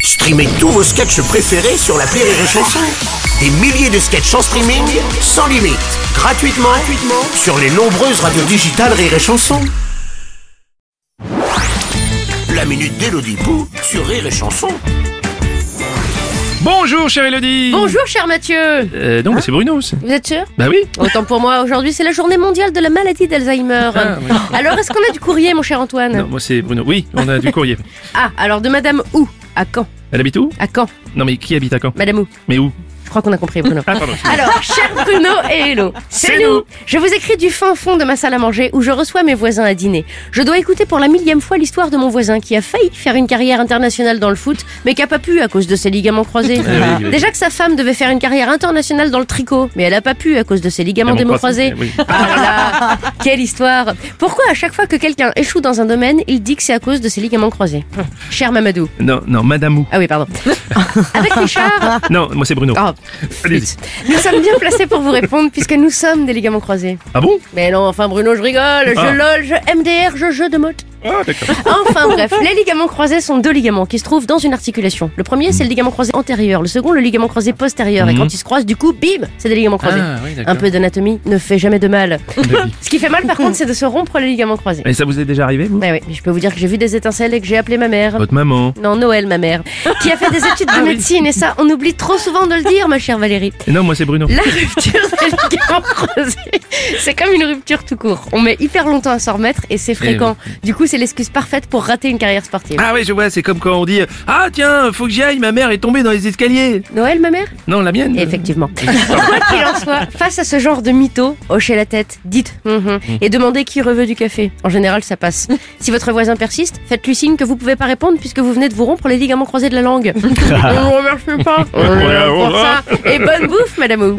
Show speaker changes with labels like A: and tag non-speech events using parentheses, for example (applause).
A: Streamez tous vos sketchs préférés sur la Rire et Chanson. Des milliers de sketchs en streaming, sans limite, gratuitement, gratuitement sur les nombreuses radios digitales Rire et Chanson. La minute d'Elodie Pou sur Rire et Chanson.
B: Bonjour chère Elodie
C: Bonjour cher Mathieu
B: euh, Non, mais c'est Bruno aussi.
C: Vous êtes sûr
B: Bah oui
C: Autant pour moi, aujourd'hui c'est la journée mondiale de la maladie d'Alzheimer.
B: Ah, oui.
C: Alors est-ce qu'on a du courrier mon cher Antoine
B: Non, moi c'est Bruno. Oui, on a du courrier.
C: Ah, alors de Madame Où À quand
B: Elle habite où
C: À quand
B: Non, mais qui habite à Caen
C: Madame Où
B: Mais où
C: Je crois qu'on a compris Bruno.
B: Ah, pardon.
C: Alors, cher Bruno et Hello, c'est
B: nous.
C: nous. Je vous écris du fin fond de ma salle à manger où je reçois mes voisins à dîner. Je dois écouter pour la millième fois l'histoire de mon voisin qui a failli faire une carrière internationale dans le foot, mais qui a pas pu à cause de ses ligaments croisés.
B: Ah, oui, oui.
C: Déjà que sa femme devait faire une carrière internationale dans le tricot, mais elle a pas pu à cause de ses ligaments
B: Ligaments
C: démocroisés.
B: croisés, oui.
C: Ah là là, quelle histoire Pourquoi à chaque fois que quelqu'un échoue dans un domaine, il dit que c'est à cause de ses ligaments croisés Cher Mamadou.
B: Non, non, Madame où
C: Ah oui, pardon. Avec Richard,
B: Non, moi c'est Bruno.
C: Ah,
B: Allez-y.
C: flûte. Nous sommes bien placés pour vous répondre puisque nous sommes des ligaments croisés.
B: Ah bon
C: Mais non, enfin Bruno, je rigole, je
B: Ah.
C: lol, je MDR, je jeu de motte.
B: Ah d'accord.
C: Enfin bref, les ligaments croisés sont deux ligaments qui se trouvent dans une articulation. Le premier, c'est le ligament croisé antérieur, le second, le ligament croisé postérieur. Et
B: Mhm.
C: quand ils se croisent, du coup, bim, c'est des ligaments croisés.
B: Ah oui, d'accord.
C: Un peu d'anatomie ne fait jamais de mal.
B: Bah oui.
C: Ce qui fait mal
B: (laughs)
C: par contre, c'est de se rompre les ligaments croisés.
B: Et ça vous est déjà arrivé, vous
C: Ouais, ouais, mais Ben je peux vous dire que j'ai vu des étincelles et que j'ai appelé ma mère.
B: Votre maman
C: Non, Noël, ma mère, qui a fait des études de médecine, et ça, on oublie trop souvent de le dire, ma chère Valérie.
B: Et Non, moi c'est Bruno.
C: La rupture (laughs) des ligaments croisés, c'est comme une rupture tout court. On met hyper longtemps à s'en remettre et c'est fréquent. Du coup, c'est l'excuse parfaite pour rater une carrière sportive.
B: Ah oui, je vois, c'est comme quand on dit Ah tiens, faut que j'y aille, ma mère est tombée dans les escaliers.
C: Noël, ma mère
B: Non, la mienne
C: Effectivement. (laughs) Quoi qu'il en soit, face à ce genre de mytho, hochez la tête, dites mhm, et demandez qui reveut du café. En général, ça (laughs) passe. Si votre voisin persiste, faites-lui signe que vous pouvez pas répondre puisque vous venez de vous rompre les ligaments croisés de la (laughs) langue. on ne remercie pas. On est là pour ça. Et bonne bouffe, madame Wu.